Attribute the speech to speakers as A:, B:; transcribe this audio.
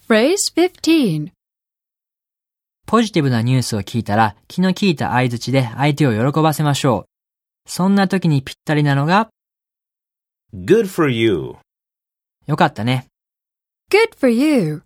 A: Phrase 15.
B: ポジティブなニュースを聞いたら気の利いた相槌で相手を喜ばせましょう。そんな時にぴったりなのが
C: Good for you.
B: 良かったね。
A: Good for you.